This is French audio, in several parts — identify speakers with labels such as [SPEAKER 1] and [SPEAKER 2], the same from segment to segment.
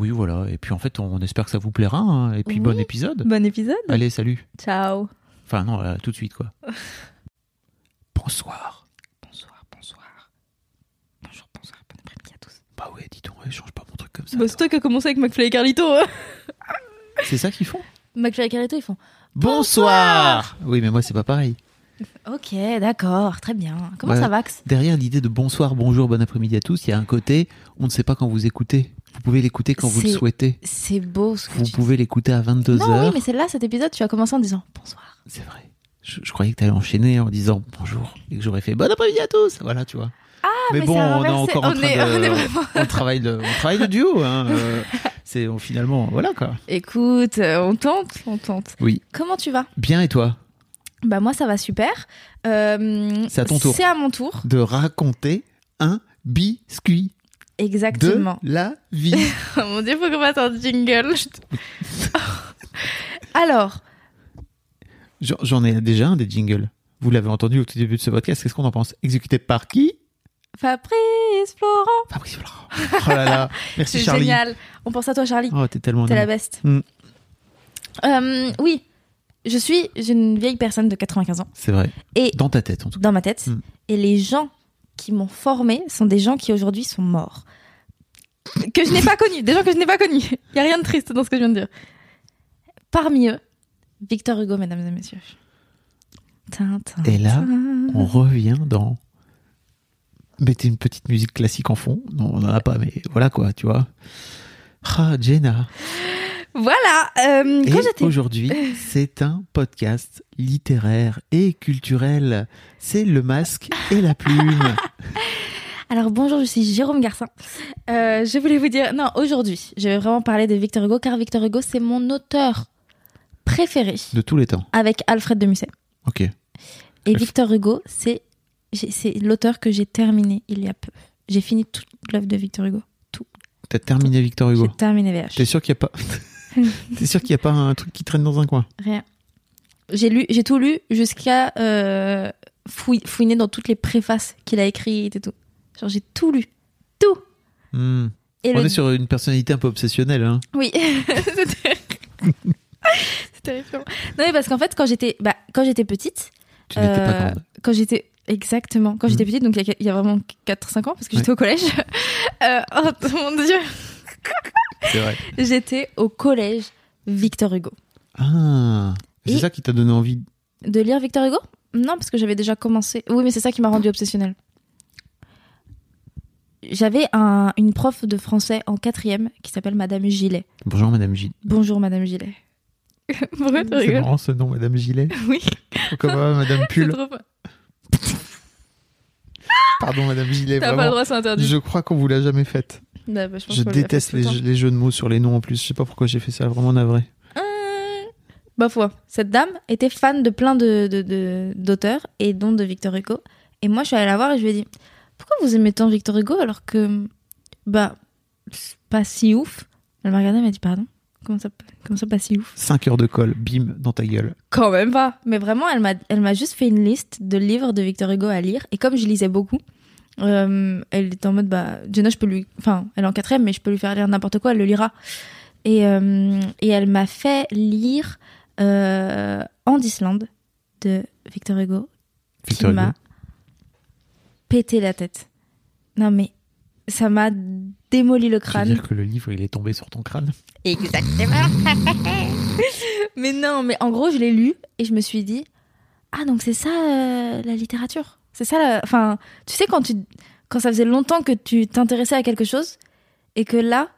[SPEAKER 1] Oui, voilà. Et puis en fait, on espère que ça vous plaira. hein. Et puis
[SPEAKER 2] Oui.
[SPEAKER 1] bon épisode.
[SPEAKER 2] Bon épisode.
[SPEAKER 1] Allez, salut.
[SPEAKER 2] Ciao.
[SPEAKER 1] Enfin non, euh, tout de suite quoi. Bonsoir.
[SPEAKER 2] Bonsoir, bonsoir. Bonjour, bonsoir, bon après-midi à tous.
[SPEAKER 1] Bah ouais, dis donc, ouais, change pas mon truc comme ça.
[SPEAKER 2] Bah, c'est toi qui as commencé avec McFly et Carlito. hein.
[SPEAKER 1] C'est ça qu'ils font
[SPEAKER 2] McFly et Carlito, ils font
[SPEAKER 1] Bonsoir. Oui, mais moi c'est pas pareil.
[SPEAKER 2] Ok, d'accord, très bien. Comment
[SPEAKER 1] Ouais.
[SPEAKER 2] ça vax
[SPEAKER 1] Derrière l'idée de bonsoir, bonjour, bon après-midi à tous, il y a un côté, on ne sait pas quand vous écoutez. Vous pouvez l'écouter quand vous le
[SPEAKER 2] C'est-
[SPEAKER 1] souhaitez.
[SPEAKER 2] C'est beau ce que
[SPEAKER 1] Vous
[SPEAKER 2] tu
[SPEAKER 1] pouvez l'écouter à
[SPEAKER 2] dis.
[SPEAKER 1] 22
[SPEAKER 2] Non,
[SPEAKER 1] heures.
[SPEAKER 2] oui, mais c'est là, cet épisode, tu as commencé en disant bonsoir.
[SPEAKER 1] C'est vrai. Je, je croyais que t'allais enchaîner en disant bonjour et que j'aurais fait bon après-midi à tous. Voilà, tu vois. mais,
[SPEAKER 2] Ah, mais
[SPEAKER 1] bon, on
[SPEAKER 2] c'est
[SPEAKER 1] est
[SPEAKER 2] inversé.
[SPEAKER 1] encore en
[SPEAKER 2] On
[SPEAKER 1] train
[SPEAKER 2] est-
[SPEAKER 1] de.
[SPEAKER 2] on est vraiment-
[SPEAKER 1] on travaille de, on travaille de duo. Hein. euh, c'est on- finalement, voilà quoi.
[SPEAKER 2] Écoute, euh, on tente, on tente.
[SPEAKER 1] Oui.
[SPEAKER 2] Comment tu vas
[SPEAKER 1] Bien et toi
[SPEAKER 2] Bah moi ça va super. Euh,
[SPEAKER 1] C'est à ton tour.
[SPEAKER 2] C'est à mon tour,
[SPEAKER 1] de raconter un biscuit de
[SPEAKER 2] exactement.
[SPEAKER 1] la vie.
[SPEAKER 2] Oh mon dieu, faut qu'on fasse un jingle. Je te- Alors,
[SPEAKER 1] J'en- J'en ai déjà un des jingles. Vous l'avez entendu au tout début de ce podcast. Qu'est-ce qu'on en pense Exécuté par qui
[SPEAKER 2] Fabrice, Florent,
[SPEAKER 1] Fabrice Florent. Oh là là. Merci
[SPEAKER 2] c'est
[SPEAKER 1] Charlie.
[SPEAKER 2] génial. On pense à toi Charlie,
[SPEAKER 1] Oh, t'es tellement
[SPEAKER 2] t'es la
[SPEAKER 1] nul.
[SPEAKER 2] best.
[SPEAKER 1] Mm.
[SPEAKER 2] Euh, oui, je suis une vieille personne de 95 ans
[SPEAKER 1] C'est vrai.
[SPEAKER 2] Et-
[SPEAKER 1] Dans ta tête en tout cas.
[SPEAKER 2] dans ma tête
[SPEAKER 1] Mm.
[SPEAKER 2] et les gens qui m'ont formée sont des gens qui aujourd'hui sont morts. Que je n'ai pas connus, des gens que je n'ai pas connus. Il y a rien de triste dans ce que je viens de dire. Parmi eux, Victor Hugo, mesdames et messieurs. Tintin.
[SPEAKER 1] Et là, On revient dans. Mettez une petite musique classique en fond. Non, on n'en a pas, mais voilà quoi, tu vois. Ah, Jenna.
[SPEAKER 2] Voilà, euh, quand
[SPEAKER 1] Et
[SPEAKER 2] j'étais
[SPEAKER 1] aujourd'hui, c'est un podcast littéraire et culturel. C'est le masque et la plume.
[SPEAKER 2] Alors bonjour, je suis Jérôme Garcin. Euh, je voulais vous dire, non, aujourd'hui, je vais vraiment parler de Victor Hugo, car Victor Hugo, c'est mon auteur préféré,
[SPEAKER 1] De tous les temps.
[SPEAKER 2] avec Alfred de Musset.
[SPEAKER 1] Ok.
[SPEAKER 2] Et
[SPEAKER 1] Alf-
[SPEAKER 2] Victor Hugo, c'est j'ai- c'est l'auteur que j'ai terminé il y a peu. J'ai fini toute l'œuvre de Victor Hugo.
[SPEAKER 1] T'as terminé Victor Hugo.
[SPEAKER 2] J'ai terminé VH.
[SPEAKER 1] T'es sûr qu'il n'y a pas. T'es sûr qu'il n'y a pas un truc qui traîne dans un coin
[SPEAKER 2] Rien. J'ai lu, j'ai tout lu jusqu'à euh, fouille- fouiner dans toutes les préfaces qu'il a écrites et tout. Genre j'ai tout lu, tout.
[SPEAKER 1] Hmm.
[SPEAKER 2] Et
[SPEAKER 1] On
[SPEAKER 2] le-
[SPEAKER 1] est sur une personnalité un peu obsessionnelle. Hein.
[SPEAKER 2] Oui. C'était- C'était terrifiant. Non mais parce qu'en fait quand j'étais, bah, quand j'étais petite,
[SPEAKER 1] Tu n'étais pas
[SPEAKER 2] Euh,
[SPEAKER 1] grande.
[SPEAKER 2] quand j'étais exactement quand
[SPEAKER 1] Mm.
[SPEAKER 2] j'étais petite donc il y, a- il y a vraiment 4 5 ans parce que j'étais au collège euh, oh mon dieu
[SPEAKER 1] C'est vrai.
[SPEAKER 2] j'étais au collège Victor Hugo
[SPEAKER 1] Ah. C'est
[SPEAKER 2] Et-
[SPEAKER 1] ça qui t'a donné envie
[SPEAKER 2] de lire Victor Hugo non parce que j'avais déjà commencé oui mais c'est ça qui m'a rendue obsessionnelle j'avais un- une prof de français en quatrième qui s'appelle Madame Gillet
[SPEAKER 1] Bonjour Madame Gillet.
[SPEAKER 2] bonjour Madame Gillet pourquoi tu
[SPEAKER 1] C'est
[SPEAKER 2] rigoles
[SPEAKER 1] marrant ce nom, Madame Gillet.
[SPEAKER 2] oui
[SPEAKER 1] Comment va, Madame
[SPEAKER 2] c'est
[SPEAKER 1] Pull
[SPEAKER 2] trop fun.
[SPEAKER 1] Pardon Madame Gillet,
[SPEAKER 2] t'as pas le
[SPEAKER 1] vraiment.
[SPEAKER 2] droit c'est interdit
[SPEAKER 1] Je crois qu'on vous l'a jamais faite.
[SPEAKER 2] Bah, bah, je, pense
[SPEAKER 1] Je
[SPEAKER 2] qu'on l'a fait
[SPEAKER 1] déteste
[SPEAKER 2] tout le
[SPEAKER 1] les,
[SPEAKER 2] temps.
[SPEAKER 1] jeux- les jeux de mots sur les noms en plus. Je sais pas pourquoi j'ai fait ça, vraiment navré.
[SPEAKER 2] Hum. Bah foi, cette dame était fan de plein de, de- de- d'auteurs et dont de Victor Hugo. Et moi, je suis allée la voir et je lui ai dit Pourquoi vous aimez tant Victor Hugo alors que. Bah, c'est pas si ouf. Elle m'a regardée, elle m'a dit Pardon Comment ça, comment ça pas si ouf
[SPEAKER 1] 5 heures de colle, bim, dans ta gueule.
[SPEAKER 2] Quand même pas Mais vraiment, elle m'a, elle m'a juste fait une liste de livres de Victor Hugo à lire. Et comme je lisais beaucoup, euh, elle était en mode Bah, Jenna, je peux lui. Enfin, elle est en quatrième, mais je peux lui faire lire n'importe quoi, elle le lira. Et, euh, et elle m'a fait lire euh, En Islande de Victor Hugo,
[SPEAKER 1] Victor
[SPEAKER 2] qui
[SPEAKER 1] Hugo.
[SPEAKER 2] m'a pété la tête. Non mais ça m'a démoli le
[SPEAKER 1] Tu veux
[SPEAKER 2] crâne.
[SPEAKER 1] dire que le livre, il est tombé sur ton crâne
[SPEAKER 2] Mais non, mais en gros, je l'ai lu et je me suis dit Ah, donc c'est ça euh, la littérature C'est ça la- Enfin, tu sais, quand, tu... quand ça faisait longtemps que tu t'intéressais à quelque chose et que là,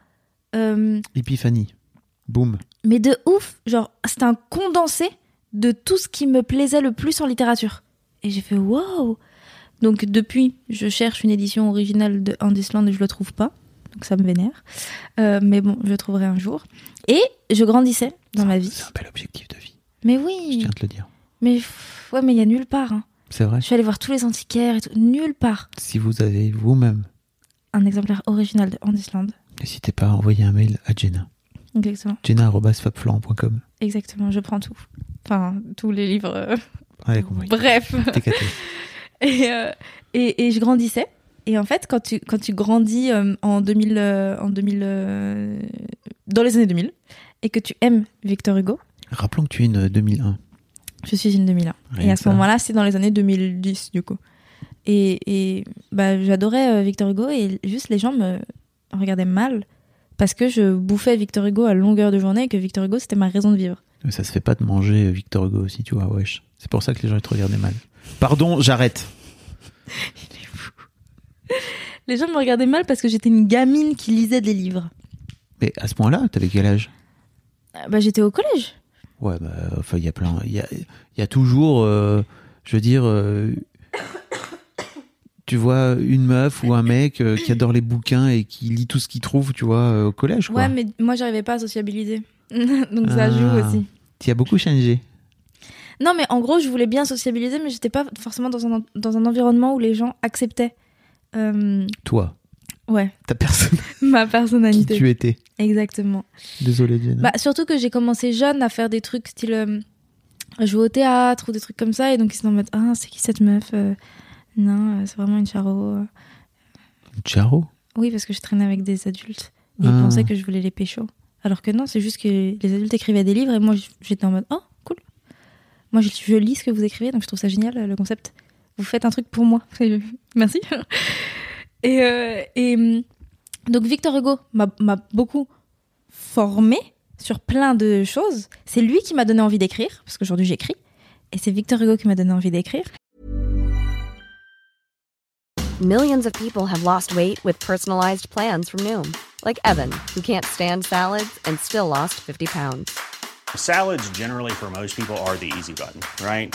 [SPEAKER 2] euh,
[SPEAKER 1] Épiphanie. Boum.
[SPEAKER 2] mais de ouf, genre, c'était un condensé de tout ce qui me plaisait le plus en littérature. Et j'ai fait Wow Donc, depuis, je cherche une édition originale de Indesland et je le trouve pas. Donc, ça me vénère. Euh, mais bon, je le trouverai un jour. Et je grandissais dans ma vie.
[SPEAKER 1] C'est un bel objectif de vie.
[SPEAKER 2] Mais
[SPEAKER 1] Ah, Je
[SPEAKER 2] oui
[SPEAKER 1] tiens à te le dire.
[SPEAKER 2] Mais pff, ouais, mais il y a nulle part. hein.
[SPEAKER 1] C'est vrai.
[SPEAKER 2] Je suis allée voir tous les antiquaires et tout. Nulle part.
[SPEAKER 1] Si vous avez vous-même,
[SPEAKER 2] Un exemplaire original de Handisland.
[SPEAKER 1] n'hésitez pas à envoyer un mail à Jenna.
[SPEAKER 2] Exactement.
[SPEAKER 1] Jenna.fabflan.com.
[SPEAKER 2] Exactement. Je prends tout. Enfin, tous les livres. euh,
[SPEAKER 1] Allez, compris.
[SPEAKER 2] Bref.
[SPEAKER 1] T'es caté.
[SPEAKER 2] Et, euh, et, et je grandissais. Et en fait, quand tu, quand tu grandis euh, en 2000, euh, en 2000 euh, dans les années 2000, et que tu aimes Victor Hugo,
[SPEAKER 1] Rappelons que tu es une 2001.
[SPEAKER 2] je suis une 2001.
[SPEAKER 1] Rien
[SPEAKER 2] Et à
[SPEAKER 1] que
[SPEAKER 2] ce
[SPEAKER 1] ça.
[SPEAKER 2] moment-là, c'est dans les années 2010, du coup. Et, et, bah, j'adorais euh, Victor Hugo et juste les gens me regardaient mal parce que je bouffais Victor Hugo à longueur de journée et que Victor Hugo, c'était ma raison de vivre.
[SPEAKER 1] Mais ça se fait pas de manger euh, Victor Hugo aussi, tu vois, wesh. C'est pour ça que les gens ils te regardaient mal. Pardon, j'arrête.
[SPEAKER 2] Les gens me regardaient mal parce que j'étais une gamine qui lisait des livres.
[SPEAKER 1] Mais à ce moment-là, t'avais quel âge
[SPEAKER 2] Euh, Bah, j'étais au collège.
[SPEAKER 1] Ouais, bah, enfin, il y a plein. Il y a, il y a toujours, euh, je veux dire, euh, tu vois, une meuf ou un mec euh, qui adore les bouquins et qui lit tout ce qu'il trouve, tu vois, euh, au collège, quoi.
[SPEAKER 2] Ouais, mais moi, j'arrivais pas à sociabiliser. Donc ça
[SPEAKER 1] Ah.
[SPEAKER 2] joue aussi.
[SPEAKER 1] Tu as beaucoup changé.
[SPEAKER 2] Non, mais en gros, je voulais bien sociabiliser, mais j'étais pas forcément dans un, en- dans un environnement où les gens acceptaient. euh,
[SPEAKER 1] Toi,
[SPEAKER 2] ouais,
[SPEAKER 1] ta personne
[SPEAKER 2] ma
[SPEAKER 1] qui
[SPEAKER 2] personnalité.
[SPEAKER 1] tu étais.
[SPEAKER 2] Exactement.
[SPEAKER 1] Désolé, Diane.
[SPEAKER 2] Bah, surtout que j'ai commencé jeune à faire des trucs style euh, jouer au théâtre ou des trucs comme ça. Et donc ils sont en mode Ah, c'est qui cette meuf Euh, Non, euh, c'est vraiment une charo. euh.
[SPEAKER 1] Charo
[SPEAKER 2] Oui, parce que je traînais avec des adultes. Et
[SPEAKER 1] Ah.
[SPEAKER 2] ils pensaient que je voulais les pécho. Alors que non, c'est juste que les adultes écrivaient des livres et moi j- j'étais en mode Oh, cool. Moi je, je lis ce que vous écrivez, donc je trouve ça génial euh, le concept. Vous faites un truc pour moi. Et- Merci. et, euh, et hum, donc Victor Hugo m'a m'a beaucoup formé sur plein de choses. C'est lui qui m'a donné envie d'écrire, parce qu'aujourd'hui j'écris. Et c'est Victor Hugo qui m'a donné envie d'écrire.
[SPEAKER 3] Millions of people have lost weight with personalized plans from Noom, like Evan, who can't stand salads and still lost 50 pounds.
[SPEAKER 4] Salads, generally, for most people, are the easy button, right?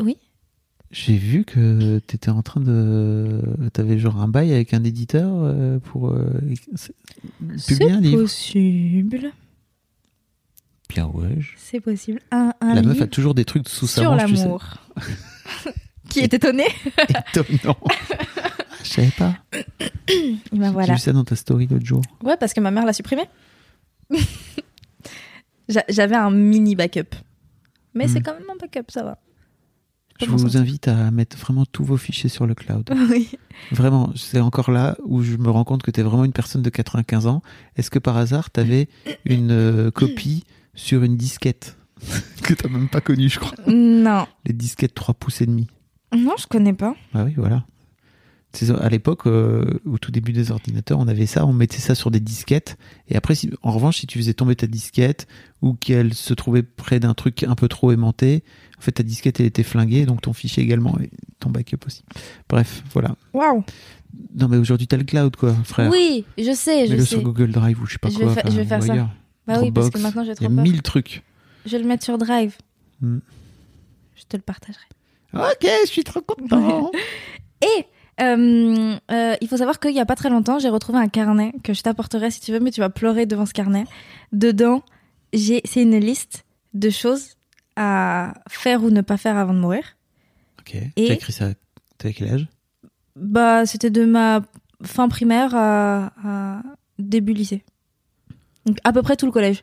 [SPEAKER 2] Oui
[SPEAKER 1] J'ai vu que t'étais en train de. T'avais genre un bail avec un éditeur euh, pour euh, c'est- publier un
[SPEAKER 2] C'est
[SPEAKER 1] livre.
[SPEAKER 2] possible.
[SPEAKER 1] Bien ouais. je-
[SPEAKER 2] C'est possible. Un, un
[SPEAKER 1] La meuf
[SPEAKER 2] livre.
[SPEAKER 1] a toujours des trucs sous sa
[SPEAKER 2] sur
[SPEAKER 1] manche, tu sais.
[SPEAKER 2] l'amour. Qui est étonné
[SPEAKER 1] Étonnant. Je savais pas.
[SPEAKER 2] Et ben
[SPEAKER 1] J'ai
[SPEAKER 2] voilà.
[SPEAKER 1] vu ça dans ta story l'autre jour.
[SPEAKER 2] Ouais, parce que ma mère l'a supprimé. J'a- J'avais un mini backup. Mais
[SPEAKER 1] Hmm.
[SPEAKER 2] c'est quand même un backup, ça va.
[SPEAKER 1] Je
[SPEAKER 2] Comment
[SPEAKER 1] vous
[SPEAKER 2] ça
[SPEAKER 1] invite à mettre vraiment tous vos fichiers sur le cloud.
[SPEAKER 2] Oui.
[SPEAKER 1] Vraiment, c'est encore là où je me rends compte que tu es vraiment une personne de 95 ans. Est-ce que par hasard, tu avais une euh, copie sur une disquette que tu même pas connue, je crois
[SPEAKER 2] Non.
[SPEAKER 1] Les disquettes 3 pouces et demi.
[SPEAKER 2] Non, je connais pas.
[SPEAKER 1] Ah oui, voilà. C'est à l'époque, euh, au tout début des ordinateurs, on avait ça, on mettait ça sur des disquettes. Et après, si- en revanche, si tu faisais tomber ta disquette ou qu'elle se trouvait près d'un truc un peu trop aimanté, en fait, ta disquette, elle était flinguée, donc ton fichier également, et ton backup aussi. Bref, voilà.
[SPEAKER 2] Waouh.
[SPEAKER 1] Non, mais aujourd'hui, t'as le cloud, quoi, frère.
[SPEAKER 2] Oui, je sais, je
[SPEAKER 1] Mets-le
[SPEAKER 2] sais.
[SPEAKER 1] sur Google Drive ou je sais pas
[SPEAKER 2] Je vais
[SPEAKER 1] quoi.
[SPEAKER 2] fa- je vais faire ça.
[SPEAKER 1] regarde.
[SPEAKER 2] Bah oui, parce que
[SPEAKER 1] Dropbox.
[SPEAKER 2] maintenant j'ai
[SPEAKER 1] Il y
[SPEAKER 2] trop
[SPEAKER 1] a
[SPEAKER 2] peur.
[SPEAKER 1] mille trucs.
[SPEAKER 2] Je vais le mettre sur Drive.
[SPEAKER 1] Hmm.
[SPEAKER 2] Je te le partagerai.
[SPEAKER 1] Ok, je suis trop content.
[SPEAKER 2] Et euh, euh, il faut savoir qu'il n'y a pas très longtemps, j'ai retrouvé un carnet que je t'apporterai si tu veux, mais tu vas pleurer devant ce carnet. Dedans, j'ai, c'est une liste de choses à faire ou ne pas faire avant de mourir.
[SPEAKER 1] Ok. T'as écrit ça. T'avais quel âge
[SPEAKER 2] Bah, c'était de ma fin primaire à, à début lycée. Donc à peu près tout le collège.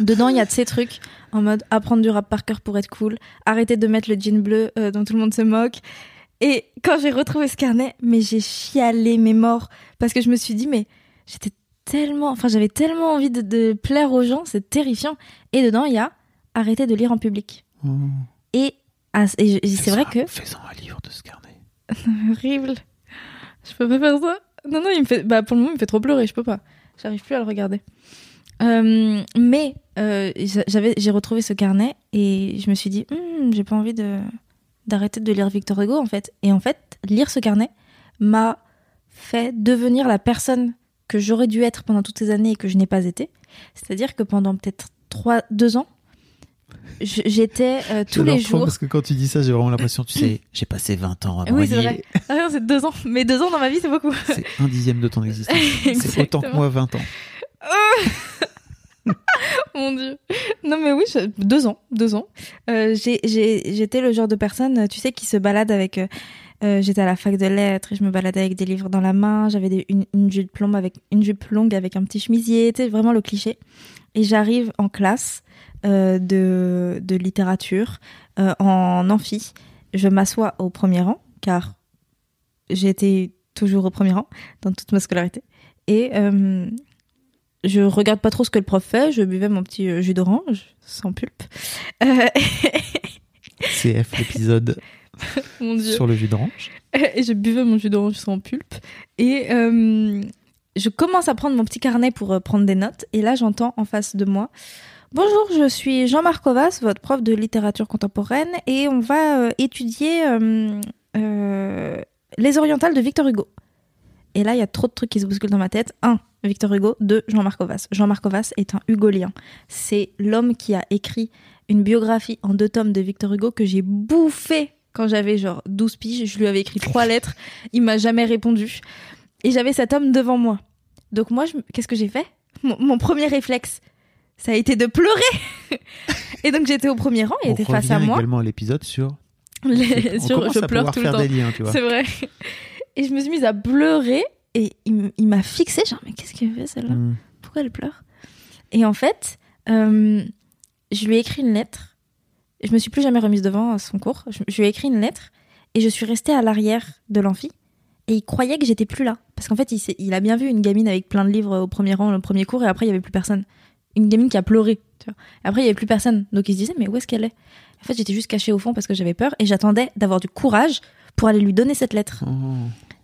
[SPEAKER 2] Dedans, il y a de ces trucs en mode apprendre du rap par cœur pour être cool, arrêter de mettre le jean bleu euh, dont tout le monde se moque. Et quand j'ai retrouvé ce carnet, mais j'ai chialé mes morts parce que je me suis dit, mais j'étais tellement, enfin j'avais tellement envie de, de plaire aux gens, c'est terrifiant. Et dedans, il y a arrêter de lire en public.
[SPEAKER 1] Oh.
[SPEAKER 2] Et, ah, et je- c'est
[SPEAKER 1] Fais-en
[SPEAKER 2] vrai
[SPEAKER 1] un-
[SPEAKER 2] que
[SPEAKER 1] Fais-en un livre de ce carnet.
[SPEAKER 2] horrible. Je peux pas faire ça. Non, non, il me fait. Bah, pour le moment, il me fait trop pleurer. Je peux pas. J'arrive plus à le regarder. Euh, mais euh, j'a- j'avais, j'ai retrouvé ce carnet et je me suis dit, Hmm, j'ai pas envie de d'arrêter de lire Victor Hugo en fait. Et en fait, lire ce carnet m'a fait devenir la personne que j'aurais dû être pendant toutes ces années et que je n'ai pas été. C'est-à-dire que pendant peut-être trois, deux ans, je- j'étais euh, tous
[SPEAKER 1] J'adore
[SPEAKER 2] les
[SPEAKER 1] trop,
[SPEAKER 2] jours
[SPEAKER 1] Parce que quand tu dis ça, j'ai vraiment l'impression, tu sais, j'ai passé 20 ans à
[SPEAKER 2] Oui,
[SPEAKER 1] m'envoyer.
[SPEAKER 2] c'est vrai. Ah non, c'est deux ans. Mais deux ans dans ma vie, c'est beaucoup.
[SPEAKER 1] C'est un dixième de ton existence. c'est autant que
[SPEAKER 2] Exactement.
[SPEAKER 1] moi 20 ans.
[SPEAKER 2] Oh Mon Dieu. Non, mais oui, je- deux ans. Deux ans. Euh, j'ai- j'ai- J'étais le genre de personne, tu sais, qui se balade avec. euh, euh, J'étais à la fac de lettres et je me baladais avec des livres dans la main. J'avais des- une, une jupe plombe avec une jupe longue avec un petit chemisier. Tu sais, vraiment le cliché. Et j'arrive en classe euh, de, de littérature euh, en amphi. Je m'assois au premier rang car j'ai été toujours au premier rang dans toute ma scolarité. Et euh, je regarde pas trop ce que le prof fait. Je buvais mon petit euh, jus d'orange sans pulpe. Euh,
[SPEAKER 1] CF, l'épisode
[SPEAKER 2] mon Dieu.
[SPEAKER 1] sur le jus d'orange.
[SPEAKER 2] et je buvais mon jus d'orange sans pulpe. Et euh, je commence à prendre mon petit carnet pour euh, prendre des notes. Et là, j'entends en face de moi Bonjour, je suis Jean-Marc Ovas, votre prof de littérature contemporaine, et on va euh, étudier euh, euh, Les Orientales de Victor Hugo. Et là, il y a trop de trucs qui se bousculent dans ma tête. Un, Victor Hugo. Deux, Jean-Marc Ovas. Jean-Marc Ovas est un hugolien. C'est l'homme qui a écrit une biographie en deux tomes de Victor Hugo que j'ai bouffé quand j'avais genre 12 piges. Je lui avais écrit trois lettres. Il m'a jamais répondu. Et j'avais cet homme devant moi. Donc moi, je- qu'est-ce que j'ai fait mon, mon premier réflexe, ça a été de pleurer. et donc j'étais au premier rang, il
[SPEAKER 1] On
[SPEAKER 2] était face
[SPEAKER 1] revient
[SPEAKER 2] à moi.
[SPEAKER 1] également à l'épisode sur.
[SPEAKER 2] Les-
[SPEAKER 1] On
[SPEAKER 2] sur-
[SPEAKER 1] commence
[SPEAKER 2] je
[SPEAKER 1] à
[SPEAKER 2] pleure
[SPEAKER 1] pouvoir
[SPEAKER 2] tout le
[SPEAKER 1] faire
[SPEAKER 2] temps.
[SPEAKER 1] des liens, tu vois.
[SPEAKER 2] C'est vrai. Et je me suis mise à pleurer et il, m- il m'a fixée, genre, mais qu'est-ce qu'elle fait celle-là
[SPEAKER 1] Hmm.
[SPEAKER 2] Pourquoi elle pleure Et en fait, euh, je lui ai écrit une lettre. Je me suis plus jamais remise devant euh, son cours. Je, je lui ai écrit une lettre et je suis restée à l'arrière de l'amphi. Et il croyait que j'étais plus là. Parce qu'en fait, il, s'est- il a bien vu une gamine avec plein de livres au premier rang, le premier cours, et après, il n'y avait plus personne. Une gamine qui a pleuré. Tu vois. Après, il n'y avait plus personne. Donc, il se disait, mais où est-ce qu'elle est En fait, j'étais juste cachée au fond parce que j'avais peur et j'attendais d'avoir du courage pour aller lui donner cette lettre.
[SPEAKER 1] Oh.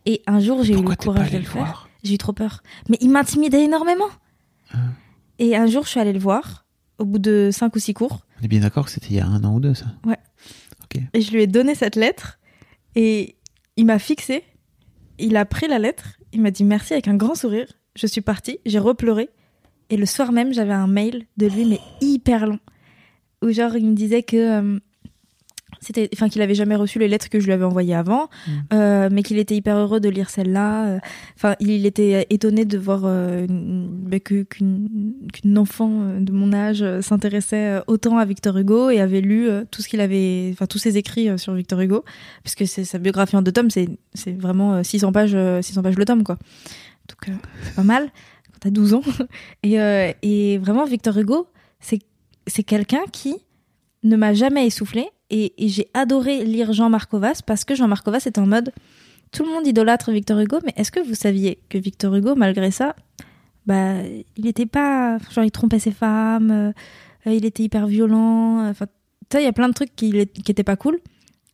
[SPEAKER 2] Et un jour, j'ai eu
[SPEAKER 1] Pourquoi
[SPEAKER 2] le
[SPEAKER 1] t'es pas
[SPEAKER 2] courage de
[SPEAKER 1] allé
[SPEAKER 2] le
[SPEAKER 1] le
[SPEAKER 2] faire.
[SPEAKER 1] voir
[SPEAKER 2] J'ai eu trop peur. Mais il m'intimidait énormément.
[SPEAKER 1] Hein.
[SPEAKER 2] Et un jour, je suis allée le voir, au bout de cinq ou six cours,
[SPEAKER 1] On est bien d'accord que c'était il y a un an ou deux, ça.
[SPEAKER 2] et je lui ai donné cette lettre. Et il m'a fixée. Il a pris la lettre. Il m'a dit merci avec un grand sourire. Je suis partie. J'ai repleuré. Et le soir même, j'avais un mail de lui, mais hyper long. Où genre, il me disait que. euh, c'était, enfin, qu'il avait jamais reçu les lettres que je lui avais envoyées avant,
[SPEAKER 1] Mm.
[SPEAKER 2] euh, mais qu'il était hyper heureux de lire celle-là. euh. Enfin, il était étonné de voir euh, une- bah, que- qu'une qu'une enfant euh, de mon âge euh, s'intéressait euh, autant à Victor Hugo et avait lu euh, tout ce qu'il avait, enfin tous ses écrits euh, sur Victor Hugo, puisque c'est sa biographie en deux tomes, c'est c'est vraiment euh, 600 pages, euh, 600 pages le tome quoi. Donc euh, c'est pas mal quand t'as 12 ans. Et, euh, et vraiment Victor Hugo, c'est c'est quelqu'un qui ne m'a jamais essoufflé et, et j'ai adoré lire Jean Marcovas parce que Jean Marcovas est en mode tout le monde idolâtre Victor Hugo, mais est-ce que vous saviez que Victor Hugo, malgré ça, bah, il était pas. Genre, il trompait ses femmes, euh, euh, il était hyper violent. euh, Enfin, tu sais, il y a plein de trucs qui n'étaient pas cool.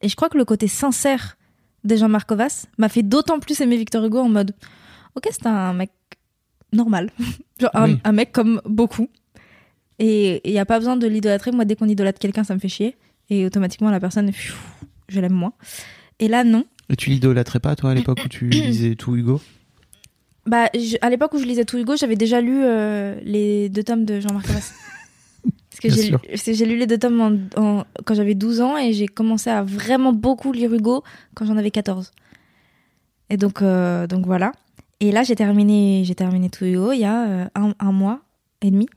[SPEAKER 2] Et je crois que le côté sincère des gens Markovas m'a fait d'autant plus aimer Victor Hugo en mode Ok, c'est un mec normal. Genre, un,
[SPEAKER 1] Oui.
[SPEAKER 2] un mec comme beaucoup. Et il n'y a pas besoin de l'idolâtrer. Moi, dès qu'on idolâtre quelqu'un, ça me fait chier. Et automatiquement, la personne, pfiou, je l'aime moins. Et là, non.
[SPEAKER 1] Et tu l'idolâtrais pas, toi, à l'époque où tu lisais tout Hugo
[SPEAKER 2] Bah, je- à l'époque où je lisais tout Hugo, j'avais déjà lu euh, les deux tomes de Jean-Marc Havas. Parce que
[SPEAKER 1] Bien
[SPEAKER 2] j'ai
[SPEAKER 1] sûr.
[SPEAKER 2] parce que j'ai lu les deux tomes en- en- quand j'avais 12 ans et j'ai commencé à vraiment beaucoup lire Hugo quand j'en avais 14. Et donc, euh, donc voilà. Et là, j'ai terminé, j'ai terminé tout Hugo il y a euh, un, un mois et demi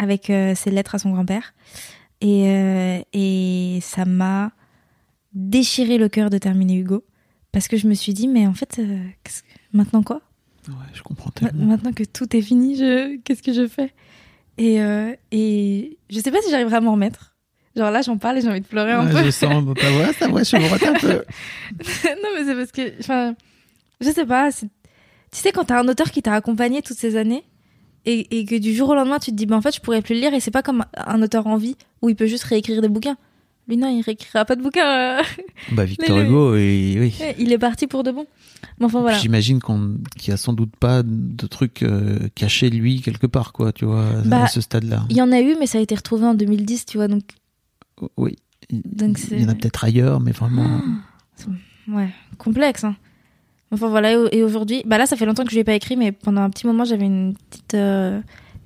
[SPEAKER 2] avec euh, ses lettres à son grand-père. Et, euh, et ça m'a déchiré le cœur de terminer Hugo parce que je me suis dit, mais en fait, euh, qu'est-ce que- maintenant quoi
[SPEAKER 1] Ouais, je comprends
[SPEAKER 2] Ma-
[SPEAKER 1] tellement.
[SPEAKER 2] Maintenant que tout est fini, je... qu'est-ce que je fais et, euh, et je sais pas si j'arriverai à m'en remettre. Genre là, j'en parle et j'ai envie de pleurer un
[SPEAKER 1] Ouais,
[SPEAKER 2] peu.
[SPEAKER 1] je sens, bah, voilà, ça, ouais, je me retape un peu.
[SPEAKER 2] non, mais c'est parce que. Enfin, je sais pas. c'est- Tu sais, quand t'as un auteur qui t'a accompagné toutes ces années et, et que du jour au lendemain, tu te dis, bah, en fait, je pourrais plus le lire et c'est pas comme un auteur en vie où il peut juste réécrire des bouquins. Lui, non, il réécrira pas de bouquins. euh.
[SPEAKER 1] Bah, Victor
[SPEAKER 2] Mais le-
[SPEAKER 1] Hugo, et, oui.
[SPEAKER 2] il est parti pour de bon. Mais enfin, voilà.
[SPEAKER 1] Puis J'imagine qu'on qu'il y a sans doute pas de truc euh, caché lui quelque part quoi, tu vois, à
[SPEAKER 2] Bah,
[SPEAKER 1] ce stade-là.
[SPEAKER 2] Il y en a eu, mais ça a été retrouvé en 2010, tu vois, donc
[SPEAKER 1] Oh, Oui.
[SPEAKER 2] Donc
[SPEAKER 1] il y en a
[SPEAKER 2] c'est- Ah.
[SPEAKER 1] peut-être ailleurs, mais vraiment.
[SPEAKER 2] Ouais, complexe. Hein. Enfin voilà, et au- et aujourd'hui, bah là ça fait longtemps que je l'ai pas écrit, mais pendant un petit moment j'avais une petite euh,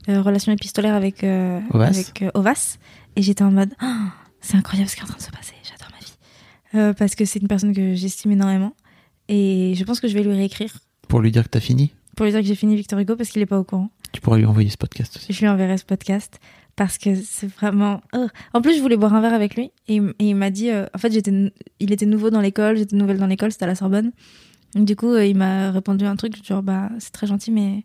[SPEAKER 2] euh, relation épistolaire avec, euh,
[SPEAKER 1] Ovas.
[SPEAKER 2] avec euh, Ovas, et j'étais en mode, Ah, c'est incroyable ce qui est en train de se passer, j'adore ma vie. Euh, parce que c'est une personne que j'estime énormément, et je pense que je vais lui réécrire
[SPEAKER 1] Pour lui dire que t'as fini,
[SPEAKER 2] pour lui dire que j'ai fini Victor Hugo parce qu'il est pas au courant.
[SPEAKER 1] tu pourrais lui envoyer ce podcast aussi.
[SPEAKER 2] Je lui enverrai ce podcast parce que c'est vraiment. oh. En plus, je voulais boire un verre avec lui et, il m- et il m'a dit. euh, en fait, j'étais, nou- il était nouveau dans l'école, j'étais nouvelle dans l'école, c'était à la Sorbonne. Donc, du coup, euh, il m'a répondu un truc genre bah c'est très gentil, mais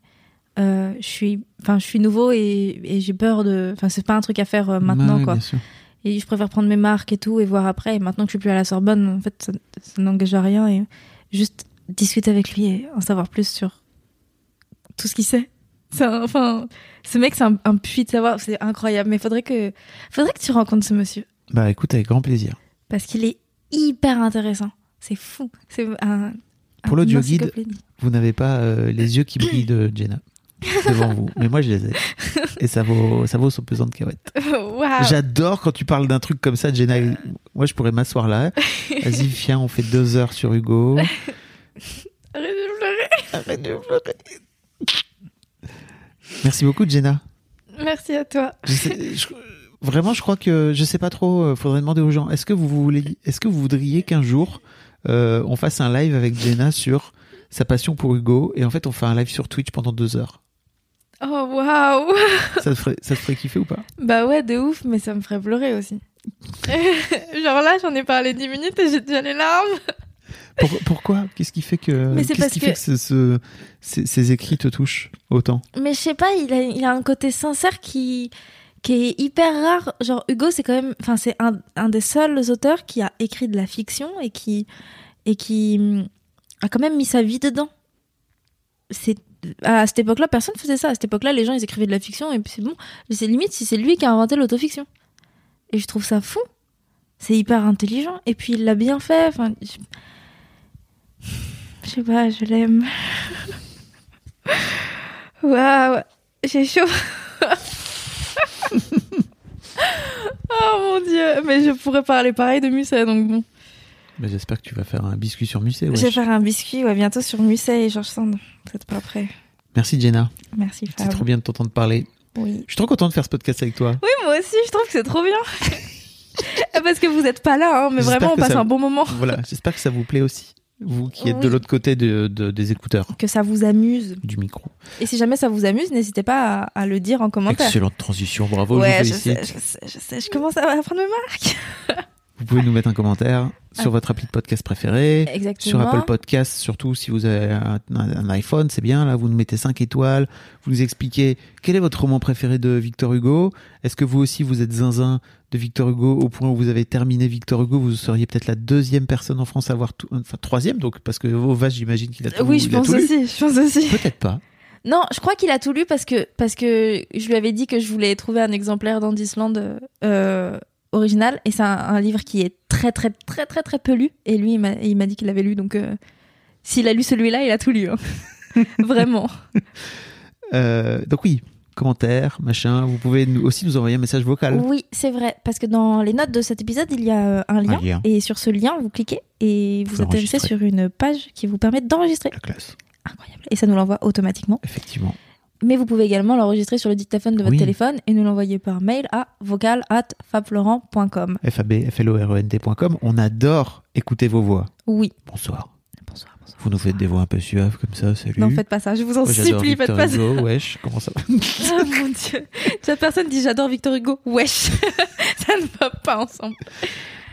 [SPEAKER 2] euh, je suis, enfin je suis nouveau et, et j'ai peur de. Enfin, c'est pas un truc à faire euh, maintenant
[SPEAKER 1] Ouais,
[SPEAKER 2] quoi.
[SPEAKER 1] bien sûr.
[SPEAKER 2] Et je préfère prendre mes marques et tout et voir après. Et maintenant que je suis plus à la Sorbonne, en fait, ça, ça n'engage à rien et juste discuter avec lui et en savoir plus sur tout ce qu'il sait. C'est un- enfin, ce mec, c'est un, un puits de savoir, c'est incroyable. Mais faudrait que, faudrait que tu rencontres ce monsieur
[SPEAKER 1] Bah écoute, avec grand plaisir.
[SPEAKER 2] parce qu'il est hyper intéressant. C'est fou. C'est un.
[SPEAKER 1] Pour
[SPEAKER 2] un
[SPEAKER 1] l'audio guide.
[SPEAKER 2] encyclopédie.
[SPEAKER 1] Vous n'avez pas euh, les yeux qui brillent de Jenna devant vous, mais moi je les ai. Et ça vaut ça vaut son pesant de cahuète.
[SPEAKER 2] Waouh.
[SPEAKER 1] J'adore quand tu parles d'un truc comme ça, Jenna.
[SPEAKER 2] Euh.
[SPEAKER 1] Moi je pourrais m'asseoir là. Vas-y, viens, on fait deux heures sur Hugo.
[SPEAKER 2] Arrête de pleurer.
[SPEAKER 1] Merci beaucoup, Jenna.
[SPEAKER 2] Merci à toi.
[SPEAKER 1] Je sais- je- vraiment, je crois que je sais pas trop. euh, Faudrait demander aux gens. Est-ce que vous voulez, est-ce que vous voudriez qu'un jour euh, on fasse un live avec Jenna sur sa passion pour Hugo et en fait on fait un live sur Twitch pendant deux heures.
[SPEAKER 2] Oh waouh.
[SPEAKER 1] Ça te ferait, ça te ferait kiffer ou pas
[SPEAKER 2] Bah ouais, de ouf, mais ça me ferait pleurer aussi. Genre là, j'en ai parlé 10 minutes et j'ai déjà les larmes.
[SPEAKER 1] Pour- Pourquoi Qu'est-ce qui fait que,
[SPEAKER 2] Mais c'est
[SPEAKER 1] qu'est-ce
[SPEAKER 2] parce
[SPEAKER 1] qui
[SPEAKER 2] que-
[SPEAKER 1] fait que ce- ce- ces, ces écrits te touchent autant
[SPEAKER 2] Mais je sais pas, il a, il a un côté sincère qui, qui est hyper rare. Genre Hugo, c'est quand même, enfin c'est un, un des seuls auteurs qui a écrit de la fiction et qui, et qui hum, a quand même mis sa vie dedans. C'est à cette époque-là, personne faisait ça. À cette époque-là, les gens ils écrivaient de la fiction et puis c'est bon. Mais c'est limite si c'est lui qui a inventé l'autofiction. Et je trouve ça fou. C'est hyper intelligent. Et puis il l'a bien fait. Enfin, je... je sais pas, je l'aime. Waouh, j'ai chaud. oh mon dieu, mais je pourrais parler pareil de Musset, donc bon.
[SPEAKER 1] Mais j'espère que tu vas faire un biscuit sur Musée.
[SPEAKER 2] Je vais faire un biscuit, ouais, bientôt sur Musset et Georges Sand. Peut-être pas après.
[SPEAKER 1] Merci Jenna.
[SPEAKER 2] Merci
[SPEAKER 1] C'est
[SPEAKER 2] Fab.
[SPEAKER 1] trop bien de t'entendre parler.
[SPEAKER 2] Oui.
[SPEAKER 1] Je suis trop content de faire ce podcast avec toi.
[SPEAKER 2] Oui, moi aussi, je trouve que c'est trop bien. Parce que vous êtes pas là, hein, mais
[SPEAKER 1] J'espère
[SPEAKER 2] vraiment, on
[SPEAKER 1] que
[SPEAKER 2] passe
[SPEAKER 1] ça-
[SPEAKER 2] un bon moment.
[SPEAKER 1] Voilà, j'espère que ça vous plaît aussi, vous qui êtes de
[SPEAKER 2] Oui.
[SPEAKER 1] l'autre côté de- de- des écouteurs
[SPEAKER 2] Que ça vous amuse.
[SPEAKER 1] du micro.
[SPEAKER 2] Et si jamais ça vous amuse, n'hésitez pas à, à le dire en commentaire.
[SPEAKER 1] Excellente transition, bravo, je
[SPEAKER 2] Ouais,
[SPEAKER 1] vous
[SPEAKER 2] je
[SPEAKER 1] félicite.
[SPEAKER 2] sais, je sais, je sais, je commence à prendre mes marques.
[SPEAKER 1] Vous pouvez nous mettre un commentaire sur
[SPEAKER 2] Ah.
[SPEAKER 1] votre appli de podcast préférée, sur
[SPEAKER 2] Exactement.
[SPEAKER 1] Apple Podcast, surtout si vous avez un, un iPhone, c'est bien, là, vous nous mettez 5 étoiles, vous nous expliquez quel est votre roman préféré de Victor Hugo, est-ce que vous aussi vous êtes zinzin de Victor Hugo au point où vous avez terminé Victor Hugo, vous seriez peut-être la deuxième personne en France à avoir, tout, enfin troisième donc, parce que Ovas j'imagine qu'il a tout,
[SPEAKER 2] Oui, je
[SPEAKER 1] il a
[SPEAKER 2] pense
[SPEAKER 1] tout lu.
[SPEAKER 2] aussi, je pense aussi.
[SPEAKER 1] Peut-être pas.
[SPEAKER 2] Non, je crois qu'il a tout lu parce que, parce que je lui avais dit que je voulais trouver un exemplaire d'Andisland euh, original. Et c'est un, un livre qui est très, très, très, très, très peu lu. Et lui, il m'a il m'a dit qu'il l'avait lu. Donc, euh, s'il a lu celui-là, il a tout lu. hein. Vraiment.
[SPEAKER 1] Euh, donc oui, commentaire, machin, vous pouvez nous, aussi nous envoyer un message vocal.
[SPEAKER 2] Oui, c'est vrai. Parce que dans les notes de cet épisode, il y a euh, un lien.
[SPEAKER 1] lien.
[SPEAKER 2] Et sur ce lien, vous cliquez et vous
[SPEAKER 1] pouvez
[SPEAKER 2] atterrissez
[SPEAKER 1] enregistrer.
[SPEAKER 2] sur une page qui vous permet d'enregistrer.
[SPEAKER 1] La classe,
[SPEAKER 2] Incroyable. Et ça nous l'envoie automatiquement.
[SPEAKER 1] effectivement.
[SPEAKER 2] Mais vous pouvez également l'enregistrer sur le dictaphone de votre
[SPEAKER 1] Oui.
[SPEAKER 2] téléphone et nous l'envoyer par mail à vocal@fabflorent.com.
[SPEAKER 1] FAB, FLORENT.com. On adore écouter vos voix.
[SPEAKER 2] Oui.
[SPEAKER 1] Bonsoir.
[SPEAKER 2] Bonsoir, bonsoir.
[SPEAKER 1] Vous nous faites des voix un peu suaves comme ça, salut.
[SPEAKER 2] Non, faites pas ça, je vous en
[SPEAKER 1] Moi, j'adore
[SPEAKER 2] supplie, faites
[SPEAKER 1] Victor
[SPEAKER 2] pas ça.
[SPEAKER 1] Hugo, wesh, comment ça va
[SPEAKER 2] Ah, mon dieu. La personne dit j'adore Victor Hugo. Wesh. ça ne va pas ensemble.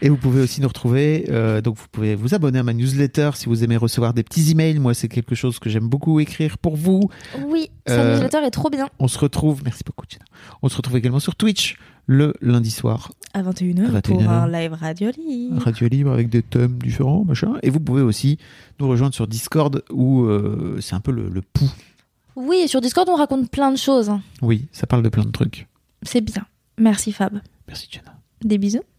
[SPEAKER 1] Et vous pouvez aussi nous retrouver, euh, donc vous pouvez vous abonner à ma newsletter si vous aimez recevoir des petits emails. Moi, c'est quelque chose que j'aime beaucoup écrire pour vous.
[SPEAKER 2] Oui,
[SPEAKER 1] sa Euh, newsletter
[SPEAKER 2] est trop bien.
[SPEAKER 1] On se retrouve, merci beaucoup, Gina. On se retrouve également sur Twitch le lundi soir,
[SPEAKER 2] À 21h
[SPEAKER 1] 21h.
[SPEAKER 2] pour un live radio libre.
[SPEAKER 1] radio libre avec des thèmes différents, machin. Et vous pouvez aussi nous rejoindre sur Discord où euh, c'est un peu le, le pouls.
[SPEAKER 2] Oui, et sur Discord, on raconte plein de choses. hein.
[SPEAKER 1] Oui, ça parle de plein de trucs.
[SPEAKER 2] C'est bien. Merci Fab.
[SPEAKER 1] Merci, Jenna.
[SPEAKER 2] Des bisous.